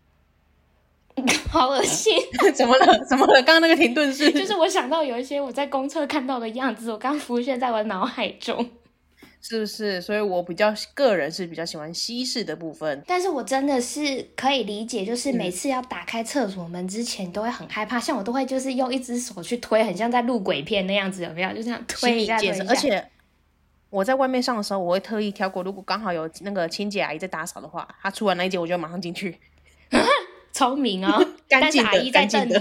S2: 好恶 心。
S1: 怎么了？怎么了？刚刚那个停顿是？
S2: 就是我想到有一些我在公厕看到的样子，我刚浮现在我脑海中。
S1: 是不是？所以我比较个人是比较喜欢西式的部分。
S2: 但是我真的是可以理解，就是
S1: 嗯
S2: 每次要打开厕所门之前都会很害怕，像我都会就是用一只手去推，很像在录鬼片那样子，有没有？就这样
S1: 心
S2: 推
S1: 理
S2: 一下，推
S1: 建
S2: 一
S1: 设而
S2: 下。，
S1: 且我在外面上的时候，我会特意挑过，如果刚好有那个清洁阿姨在打扫的话，她出完那一节，我就马上进去，
S2: 聪明哦，
S1: 干
S2: 但是
S1: 净的
S2: 阿姨在
S1: 干净
S2: 瞪
S1: 的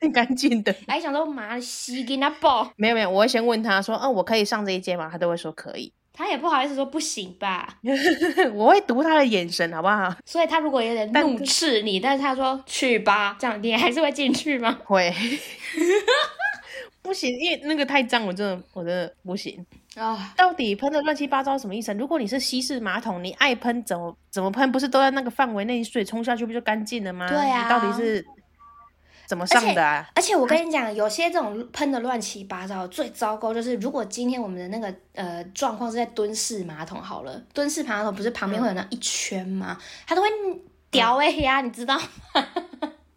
S2: 你，
S1: 干净的。
S2: 阿姨想说妈的，吸给他爆，
S1: 没有没有，我会先问她说，嗯，我可以上这一节吗？她都会说可以，
S2: 她也不好意思说不行吧。
S1: 我会读她的眼神，好不好？
S2: 所以她如果有点
S1: 但
S2: 怒斥你，但是她说去吧，这样你还是会进去吗？
S1: 会。不行，因为那个太脏，我真的我真的不行。
S2: 啊、
S1: 到底喷的乱七八糟什么意思？啊如果你是西式马桶，你爱喷怎么怎么喷，不是都在那个范围内，你水冲下去不就干净了吗？
S2: 对啊
S1: 你到底是怎么上的啊？
S2: 而且我跟你讲，有些这种喷的乱七八糟，最糟糕就是，如果今天我们的那个呃状况是在蹲式马桶好了，蹲式马桶不是旁
S1: 嗯
S2: 边会有那一圈吗？它都会掉哎呀，你知道？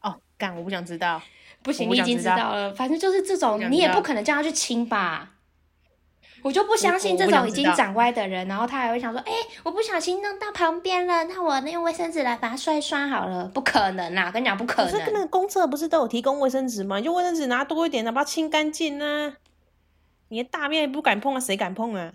S1: 哦，干，我不想知道。
S2: 不行，
S1: 我不
S2: 你已
S1: 想
S2: 经
S1: 知
S2: 知
S1: 道
S2: 道了，反正就是这种
S1: 不，想
S2: 你
S1: 知
S2: 也
S1: 道
S2: 不可能叫他去亲吧。我就不相信
S1: 我我
S2: 这
S1: 不
S2: 种
S1: 想
S2: 已
S1: 知
S2: 经
S1: 道
S2: 长歪的人，然后他还会想说：“哎、我不小心弄到旁边了，那我那用卫生纸来把它刷一刷好了。”不可能啦，跟你讲不可
S1: 可是
S2: 能。
S1: 那个公厕不是都有提供卫生纸吗？你就卫生纸拿多一点，把它清干净啊。你的大便也不敢碰啊，谁敢碰啊？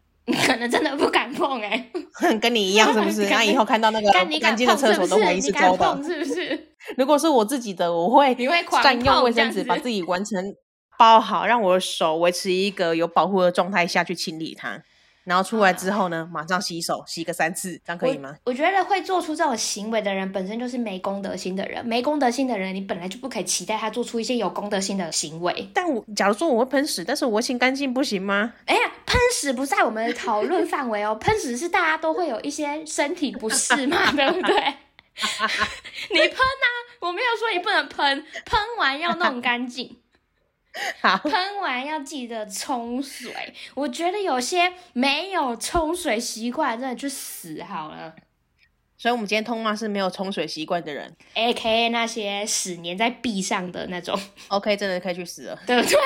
S2: 可能真的不敢碰哎、
S1: 跟你一样是不 是？
S2: 敢
S1: 那以后看到那个
S2: 看你
S1: 干
S2: 敢
S1: 净
S2: 碰
S1: 的
S2: 是
S1: 厕
S2: 不
S1: 所
S2: 是？
S1: 都回一
S2: 你
S1: 次
S2: 敢
S1: 周到
S2: 碰。是不是？
S1: 如果是我自己的，我会
S2: 你 会狂
S1: 占用
S2: 碰
S1: 卫
S2: 这样
S1: 生
S2: 子
S1: 纸，把自己完全包好，让我的手维持一个有保护的状态下去清理它。然后出来之后呢，马上洗手，洗个三次，这样可以吗？
S2: 啊我？我觉得会做出这种行为的人，本身就是没公德心的人。没公德心的人，你本来就不可以期待他做出一些有公德心的行为。
S1: 但我假如说我会喷屎，但是我清干净不行吗？
S2: 哎呀，喷屎不在我们的讨论范围哦，喷屎是大家都会有一些身体不 适嘛，对不对？ 你喷啊，我没有说你不能喷，喷完要弄干净。
S1: 好，
S2: 喷完要记得冲水。我觉得有些没有冲水习惯，真的去死好了。
S1: 所以我们今天痛骂是没有冲水习惯的人。
S2: A K A 那些屎粘在壁上的那种，
S1: OK，真的可以去死了。
S2: 对不对？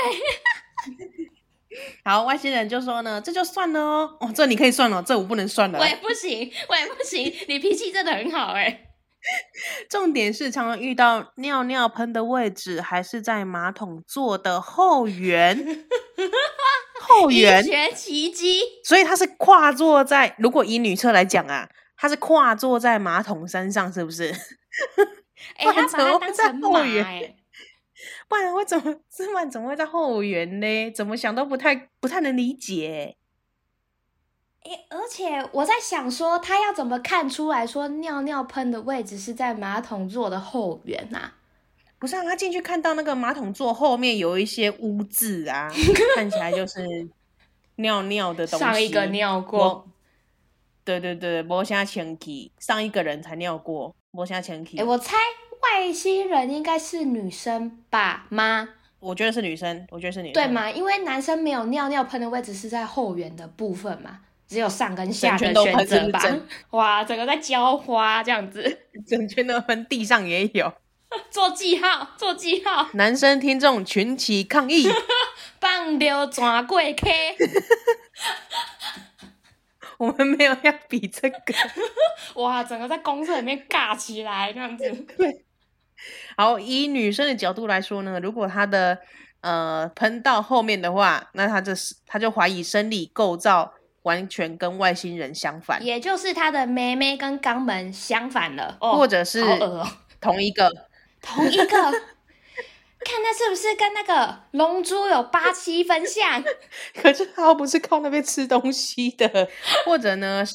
S1: 好，外星人就说呢，这就算了哦，哦，这你可以算了，这我不能算了
S2: 我。也不行，我也不行。你脾气真的很好哎、
S1: 重点是常常遇到尿尿喷的位置还是在马桶座的后 缘，后
S2: 一
S1: 缘，
S2: 拳奇迹。
S1: 所以它是跨坐在，如果以女厕来讲啊，它是跨坐在马桶山上，是不是？
S2: 哎、
S1: 不
S2: 他
S1: 然
S2: 把
S1: 怎么
S2: 它
S1: 会
S2: 当
S1: 在
S2: 成
S1: 后
S2: 马
S1: 园
S2: 哎、
S1: 不然会怎么，这然怎么会在后缘呢？怎么想都不太不太能理解。
S2: 欸而且我在想说，他要怎么看出来说尿尿喷的位置是在马桶座的后缘呐、啊？
S1: 不是啊，他进去看到那个马桶座后面有一些污渍啊，看起来就是尿尿的东西。
S2: 上一个尿过
S1: 我，对对对，摸虾前提，上一个人才尿过摸虾前提。
S2: 哎、我猜外星人应该是女生吧？妈，
S1: 我觉得是女生，我觉得是女生，
S2: 对？ 吗？因为男生没有尿尿喷的位置是在后缘的部分嘛，只有上跟下
S1: 整
S2: 的
S1: 圈都喷
S2: 选
S1: 是不
S2: 择
S1: 是
S2: 吧
S1: 整。
S2: 哇，整个在浇花这样子，
S1: 整圈的分地上也有。
S2: 做记号，做记号，
S1: 男生听众群起抗 议，
S2: 放流转过 K，
S1: 我们没有要比这个。
S2: 哇，整个在公厕里面尬起来这样子。
S1: 好，以女生的角度来说呢，如果她的呃喷到后面的话，那她就是她就怀疑生理构造完全跟外星人相反，
S2: 也就是他的妹妹跟肛门相反了，哦、
S1: 或者是
S2: 好恶哦、
S1: 同一个。
S2: 同一个。看那是不是跟那个龙珠有八七分像？
S1: 可是他又不是靠那边吃东西的， 或者呢是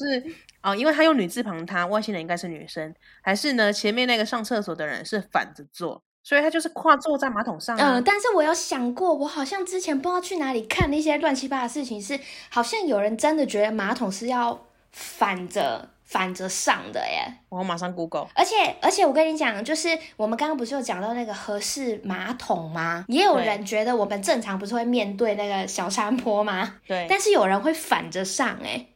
S1: 哦，因为他用女字旁他，外星人应该是女生，还是呢前面那个上厕所的人是反着坐，所以他就是跨坐在马桶上、啊。
S2: 嗯，但是我有想过，我好像之前不知道去哪里看那些乱七八糟的事情是，好像有人真的觉得马桶是要反着反着上的耶。
S1: 我马上 Google，
S2: 而且而且我跟你讲，就是我们刚刚不是有讲到那个合适马桶吗？也有
S1: 对
S2: 人觉得我们正常不是会面对那个小山坡吗？
S1: 对
S2: 但是有人会反着上哎、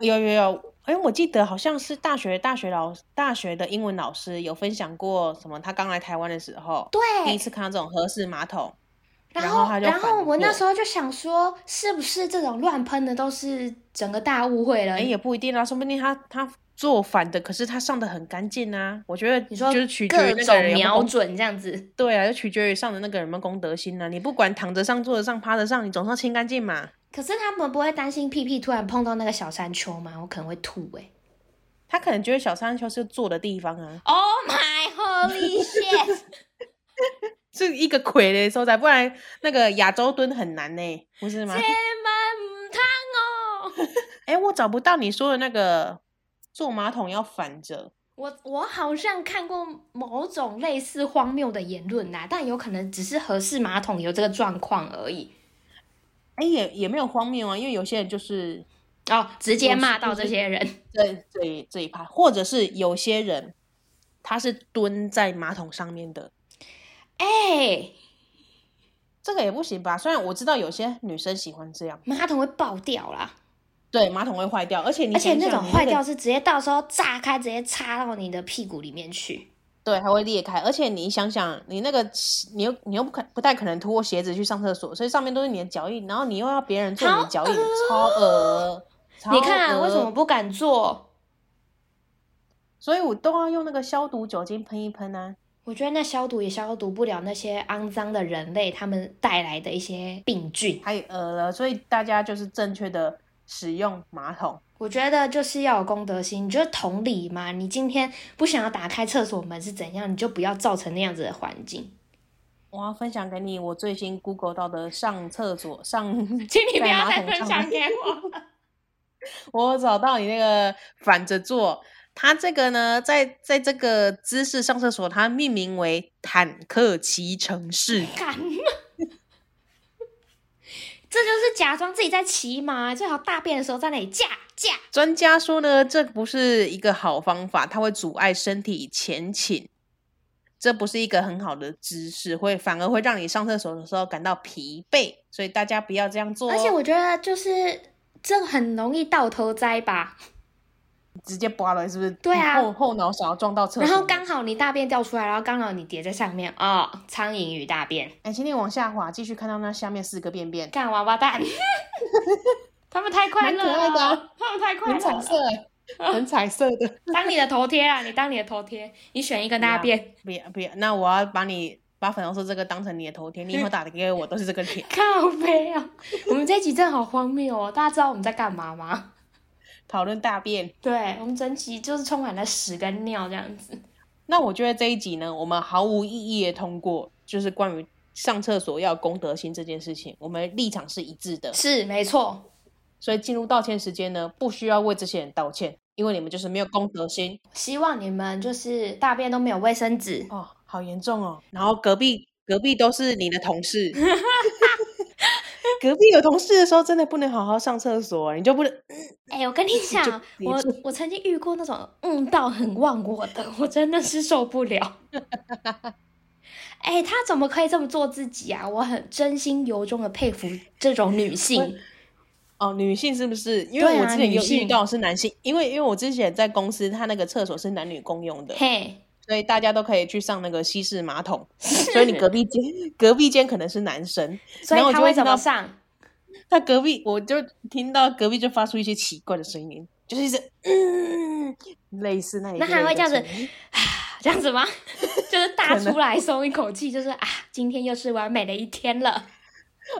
S1: 有有有，哎，我记得好像是大学大学老大学的英文老师有分享过什么，他刚来台湾的时候，
S2: 对，
S1: 第一次看到这种合适马桶，
S2: 然
S1: 然后他就
S2: 然后
S1: 反
S2: 我那
S1: 驳
S2: 时候就想说，是不是这种乱喷的都是整个大误会了？
S1: 哎，也不一定啊，说不定他他做反的，可是他上的很干净啊。我觉得
S2: 你说
S1: 就是取决于
S2: 各
S1: 那
S2: 种
S1: 个人有没有
S2: 瞄
S1: 公
S2: 准这样子，
S1: 对啊，就取决于上的那个人有没有公德心啊。你不管躺着上、坐着上、趴着上，你总是要清干净嘛。
S2: 可是他们不会担心屁屁突然碰到那个小山丘吗？我可能会吐哎、
S1: 他可能觉得小山丘是坐的地方啊，
S2: Oh my holy shit！
S1: 是一个鬼的所在，不然那个亚洲蹲很难呢、不是吗？
S2: 千万唔哎通哦！
S1: 哎、我找不到你说的那个坐马桶要反着，
S2: 我我好像看过某种类似荒谬的言论啦，但有可能只是合适马桶有这个状况而已。
S1: 哎、也也没有荒谬啊，因为有些人就是
S2: 哦，直接骂到这些 人，
S1: 这这一这一趴，或者是有些人他是蹲在马桶上面的，
S2: 哎、
S1: 这个也不行吧？虽然我知道有些女生喜欢这样，
S2: 马桶会爆掉啦，
S1: 对，马桶会坏掉，而且你
S2: 而且
S1: 想一
S2: 那
S1: 想
S2: 种
S1: 你
S2: 坏
S1: 个
S2: 掉是直接到时候炸开，直接插到你的屁股里面去。
S1: 对，还会裂开。而且你想想，你那个鞋你又你又不可不太可能脱过鞋子去上厕所，所以上面都是你的脚印，然后你又要别人做你的脚印，超恶。超
S2: 你看、啊
S1: 恶
S2: 为什么？不敢做？
S1: 所以我都要用那个消毒酒精喷一喷啊。
S2: 我觉得那消毒也消毒不了那些肮脏的人类他们带来的一些病菌。
S1: 太恶了，所以大家就是正确的使用马桶。
S2: 我觉得就是要有公德心，你觉得同理嘛？你今天不想要打开厕所门是怎样，你就不要造成那样子的环境，
S1: 我要分享给你我最新 Google 到的上厕所上，
S2: 请你不
S1: 在
S2: 要
S1: 马
S2: 再
S1: 桶
S2: 分
S1: 上
S2: 享
S1: 面
S2: 给我了。
S1: 我找到你那个反着坐，它这个呢，在在这个姿势上厕所，它命名为坦克骑乘式。
S2: 干， 这就是假装自己在骑马，最好大便的时候在那里架架。
S1: 专家说呢，这不是一个好方法，它会阻碍身体前倾，这不是一个很好的姿势，会反而会让你上厕所的时候感到疲惫，所以大家不要这样做、哦。
S2: 而且我觉得就是这很容易倒头栽吧，
S1: 直接刮了，是不是？
S2: 对啊
S1: 后后脑勺撞到厕所。
S2: 然后刚好你大便掉出来，然后刚好你叠在上面哦，苍蝇与大便，
S1: 哎，请你往下滑，继续看到那下面四个便便，
S2: 干娃娃蛋。 他们太快乐
S1: 蛮可爱的
S2: 了
S1: 啊，
S2: 他们太
S1: 很
S2: 快乐
S1: 彩
S2: 了。
S1: 色哎，很彩色的。
S2: 当你的头贴啊，你当你的头贴，你选一个大便，，
S1: 不要不要，那我要把你把粉红色这个当成你的头贴，你以后打的给我都是这个脸
S2: 靠背啊！我们这一集真的好荒谬哦，大家知道我们在干嘛吗？
S1: 讨论大便。
S2: 对，我们整集就是充满了屎跟尿这样子。
S1: 那我觉得这一集呢，我们毫无意义的通过，就是关于上厕所要有公德心这件事情，我们立场是一致的。
S2: 是，没错，
S1: 所以进入道歉时间呢，不需要为这些人道歉，因为你们就是没有公德心
S2: 希望你们就是大便都没有卫生纸。
S1: 哦，好严重哦。然后隔壁隔壁都是你的同 事，隔壁有同事的时候，真的不能好好上厕所，欸你就不能
S2: 哎、我跟你讲，
S1: 别
S2: 我
S1: 做
S2: 我曾经遇过那种嗯到很忘我的，我真的是受不了。 哎、他怎么可以这么做自己啊？我很真心由衷的佩服这种女性。
S1: 哦，女性是不是？因
S2: 对
S1: 为我
S2: 啊
S1: 之前
S2: 女
S1: 有遇
S2: 性
S1: 到是男性，因为因为我之前在公司，他那个厕所是男女共用的，
S2: 嘿，
S1: 所以大家都可以去上那个西式马桶。 所以你隔壁间隔壁间可能是男生，
S2: 所以
S1: 然后我
S2: 他
S1: 就
S2: 会
S1: 会
S2: 怎
S1: 听到
S2: 么上？
S1: 他隔壁我就听到隔壁就发出一些奇怪的声音，就是一直嗯，类似那一
S2: 那
S1: 类
S2: 还会
S1: 的
S2: 这样子
S1: 声音
S2: 这样子吗？ 就是大
S1: 可能
S2: 出来松一口气，就是啊，今天又是完美的一天了。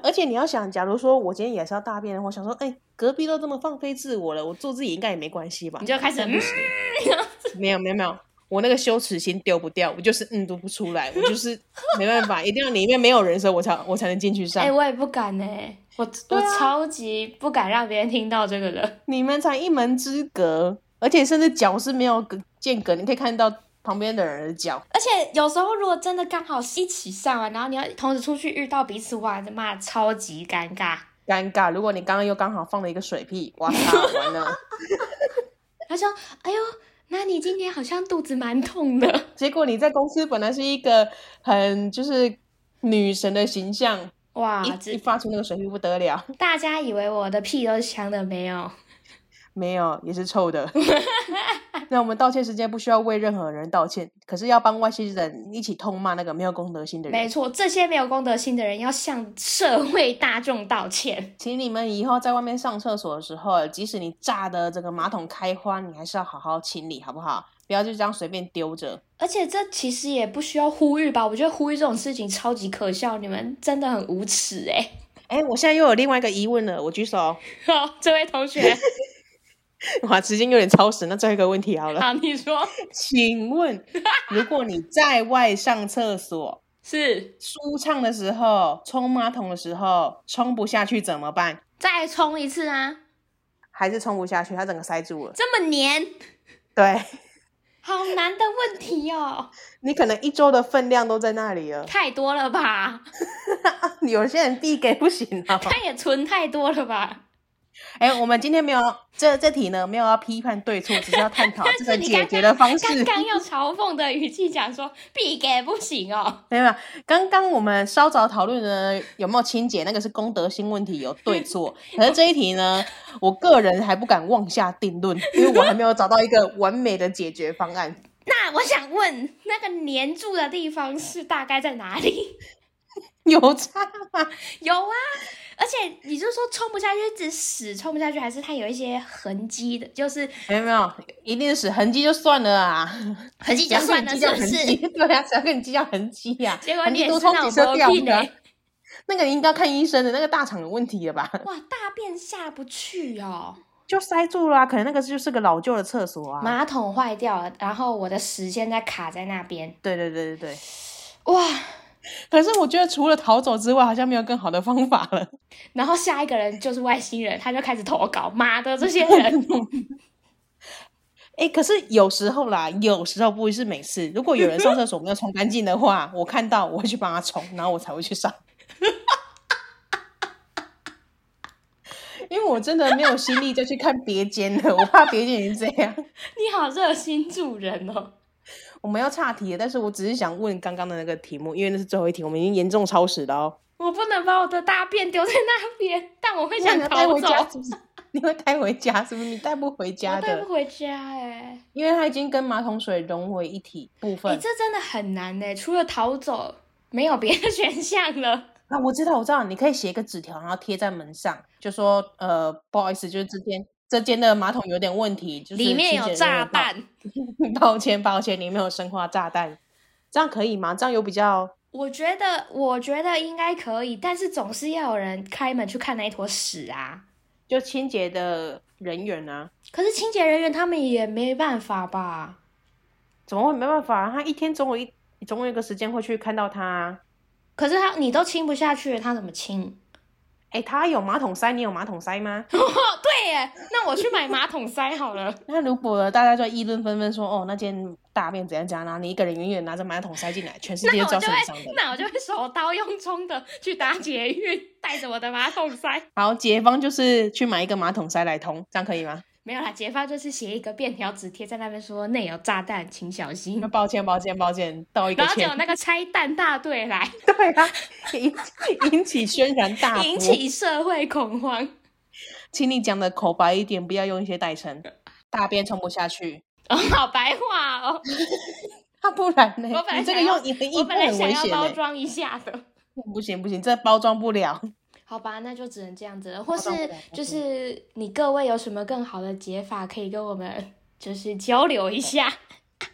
S1: 而且你要想，假如说我今天也是要大便的话，我想说，哎、隔壁都这么放飞自我了，我做自己应该也没关系吧
S2: 你？就开始 嗯
S1: 但不行， 没有没有没有，我那个羞耻心丢不掉，我就是嗯读不出来，我就是没办法，一定要里面没有人的时候，我才我才能进去上。
S2: 哎、我也不敢呢、我、我
S1: 啊对啊
S2: 超级不敢让别人听到这个的。
S1: 你们才一门之隔，而且甚至脚是没有隔间隔，你可以看到旁边的人的脚。
S2: 而且有时候如果真的刚好一起上完，然后你要同时出去遇到彼此，哇，这妈的超级尴尬。
S1: 尴尬，如果你刚刚又刚好放了一个水屁，哇操，完 了！
S2: 他说：“哎呦，那你今天好像肚子蛮痛的。
S1: 结果你在公司本来是一个很就是女神的形象，”
S2: 哇，
S1: 一一
S2: 啊这
S1: 发出那个水屁不得了。
S2: 大家以为我的屁都是香的没有？
S1: 没有，也是臭 的。那我们道歉时间不需要为任何人道歉，可是要帮外星人一起痛骂那个没有公德心的人。
S2: 没错，这些没有公德心的人要向社会大众道歉。
S1: 请你们以后在外面上厕所的时候，即使你炸的这个马桶开花，你还是要好好清理，好不好？不要就这样随便丢着。
S2: 而且这其实也不需要呼吁吧？我觉得呼吁这种事情超级可笑，你们真的很无耻哎、
S1: 哎，我现在又有另外一个疑问了，我举手。
S2: 好，哦这位 同学，
S1: 哇，时间有点超时，那最后一个问题好了，
S2: 好，你说
S1: 请问，如果你在外上厕所，
S2: 是
S1: 舒畅的时候冲马桶的时候冲不下去怎么办？
S2: 再冲一次啊？
S1: 还是冲不下去，它整个塞住了。
S2: 这么黏，
S1: 对
S2: 好难的问题哦，
S1: 你可能一周的分量都在那里了，
S2: 太多了吧？
S1: 有些人必给不行啊。
S2: 他也存太多了吧？
S1: 哎、我们今天没有这这题呢，没有要批判对错，只是要 探讨这个
S2: 但是你
S1: 解
S2: 刚
S1: 决的方式。
S2: 刚刚用嘲讽的语气讲说必给不行哦，
S1: 没有，没有刚刚我们稍早讨论呢，有没有清洁，那个是公德心问题，有对 错。可是这一题呢，我个人还不敢妄下定论，因为我还没有找到一个完美的解决方案。
S2: 那我想问，那个粘住的地方是大概在哪里？
S1: 有差吗？
S2: 有啊，而且你就说冲不下去，只屎冲不下去，还是它有一些痕迹的，就是
S1: 没有没有，一定是痕迹就算了啊，
S2: 痕 迹
S1: 你
S2: 就算了，
S1: 计
S2: 是
S1: 较
S2: 不
S1: 痕
S2: 是
S1: 迹，？ 对啊，谁要跟你计较啊痕迹呀、
S2: 结果
S1: 痕
S2: 你
S1: 迹
S2: 也
S1: 多
S2: 是
S1: 冲
S2: 那
S1: 几
S2: 种
S1: 车
S2: 毛
S1: 掉
S2: 病
S1: 的啊、
S2: 欸
S1: 那个应该看医生的，那个大肠有问题了吧？
S2: 哇，大便下不去哦，
S1: 就塞住了、啊，可能那个就是个老旧的厕所啊。
S2: 马桶坏掉了，然后我的屎现在卡在那边，
S1: 对对对对对。
S2: 哇，
S1: 可是我觉得除了逃走之外，好像没有更好的方法了。
S2: 然后下一个人就是外星人，他就开始投稿，妈的，这些人
S1: 哎、可是有时候啦，有时候不是每次。如果有人上厕所没有冲干净的话，我看到我会去帮他冲，然后我才会去上。 因为我真的没有心力再去看别间了，我怕别间也是这样。
S2: 你好热心助人哦。
S1: 我们要岔题了，但是我只是想问刚刚的那个题目，因为那是最后一题，我们已经严重超时了哦。
S2: 我不能把我的大便丢在那边，但我会
S1: 那
S2: 想
S1: 你要带
S2: 逃
S1: 回
S2: 走。
S1: 家是不是？ 你会带回家是不是？你带不回家
S2: 我带
S1: 的
S2: 不，回家哎、
S1: 因为它已经跟马桶水融为一体部
S2: 哎、
S1: 分。
S2: 这真的很难呢、哎除了逃走，没有别的选项了。
S1: 啊，我知道，我知道，你可以写一个纸条，然后贴在门上，就说呃，不好意思，就是这间这间的马桶有点问题，就是
S2: 里
S1: 清
S2: 面
S1: 洁
S2: 有
S1: 人
S2: 炸
S1: 员
S2: 弹，
S1: 抱，抱歉抱歉，里面有生化炸弹，这样可以吗？这样有比较
S2: 我觉得，我觉得应该可以，但是总是要有人开门去看那一坨屎啊。
S1: 就清洁的人员啊，
S2: 可是清洁人员他们也没办法吧？
S1: 怎么会没办法、啊？他一天总有一总有一个时间会去看到他、啊。
S2: 可是他你都清不下去了，他怎么清？
S1: 哎，他有马桶塞，你有马桶塞吗？
S2: 哦， 对耶，那我去买马桶塞好了。
S1: 那如果大家就议论纷纷说，哦，那间大便怎样怎样，然后你一个人远远拿着马桶塞进来，全世界
S2: 那
S1: 都知道
S2: 我
S1: 是
S2: 就
S1: 你
S2: 会
S1: 上的，。
S2: 那我就会手刀用冲的去打捷运，带着我的马桶塞。
S1: 好，解方就是去买一个马桶塞来通，这样可以吗？
S2: 没有啦，解放就是写一个便条纸贴在那边说内有炸弹，请小心哦
S1: 那。抱歉，抱歉，抱歉，道一个
S2: 然后就有
S1: 歉。
S2: 那个拆弹大队来，
S1: 对啊，引引起 轩然大波。
S2: 引，起社会 恐慌。
S1: 请你讲的口白一点，不要用一些代称。大便冲不下去，
S2: 哦，好白话哦！
S1: 啊，不然呢
S2: 我本？来
S1: 你这个
S2: 想要
S1: 用一个
S2: 我
S1: 意
S2: 本来
S1: 很
S2: 想
S1: 危
S2: 要
S1: 险
S2: 包
S1: 呢。
S2: 装一下的。
S1: 不行不行，这包装不了。
S2: 好吧，那就只能这样子了。或是
S1: 好的
S2: 就是你各位有什么更好的解法，可以跟我们就是交流 一下。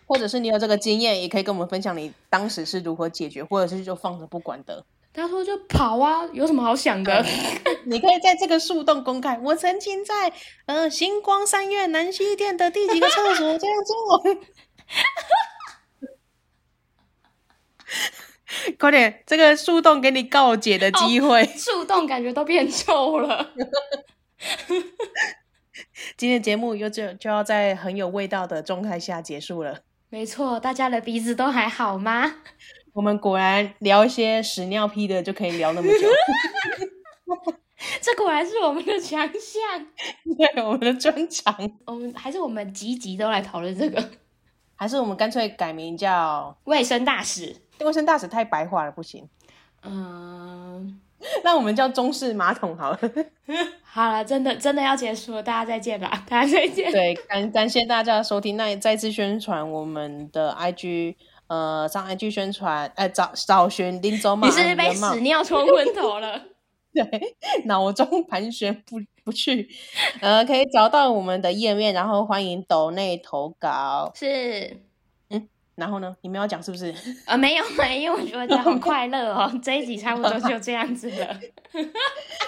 S1: 或者是你有这个经验，也可以跟我们分享你当时是如何解决，或者是就放着不管的。
S2: 他说就跑啊，有什么好想 的？
S1: 你可以在这个树洞公开，我曾经在呃星光三月南西店的第几个厕所这样做。 快点，这个树洞给你告解的机会。
S2: 树洞感觉都变臭了。
S1: 今天的节目又就就要在很有味道的状态下结束了。
S2: 没错，大家的鼻子都还好吗？
S1: 我们果然聊一些屎尿屁的就可以聊那么久。
S2: 这果然是我们的强项。
S1: 对，我们的专长，
S2: 我们还是我们集集都来讨论这个
S1: 还是我们干脆改名叫
S2: 卫生大使。
S1: 卫生大使太白话了，不行。
S2: 嗯、
S1: 那我们叫中式马桶好了。
S2: 好了，真的真的要结束了，大家再见啦， 大家再见。
S1: 对，感感谢大家的收听。那也再次宣传我们的 IG，呃，上 IG 宣传，哎、找找寻林州骂
S2: 你
S1: 人
S2: 是不是
S1: 的骂，
S2: 被屎尿冲昏头了？
S1: 对，脑中盘旋不不去，呃，可以找到我们的页面，然后欢迎抖内投稿。
S2: 是，
S1: 然后呢，你们要讲是 不是？
S2: 呃，没有没有，我觉得好快乐哦，这一集差不多就这样子了。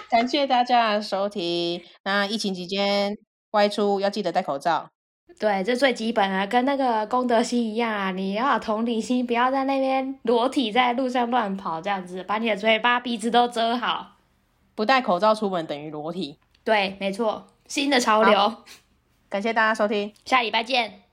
S1: 感谢大家的收听。那疫情期间外出要记得戴口罩。
S2: 对，这最基本啊，跟那个功德心一样啊，你要有同理心，不要在那边裸体在路上乱跑，这样子把你的嘴巴、鼻子都遮好。
S1: 不戴口罩出门等于裸体。
S2: 对，没错，新的潮流，
S1: 感谢大家收听，
S2: 下礼拜见。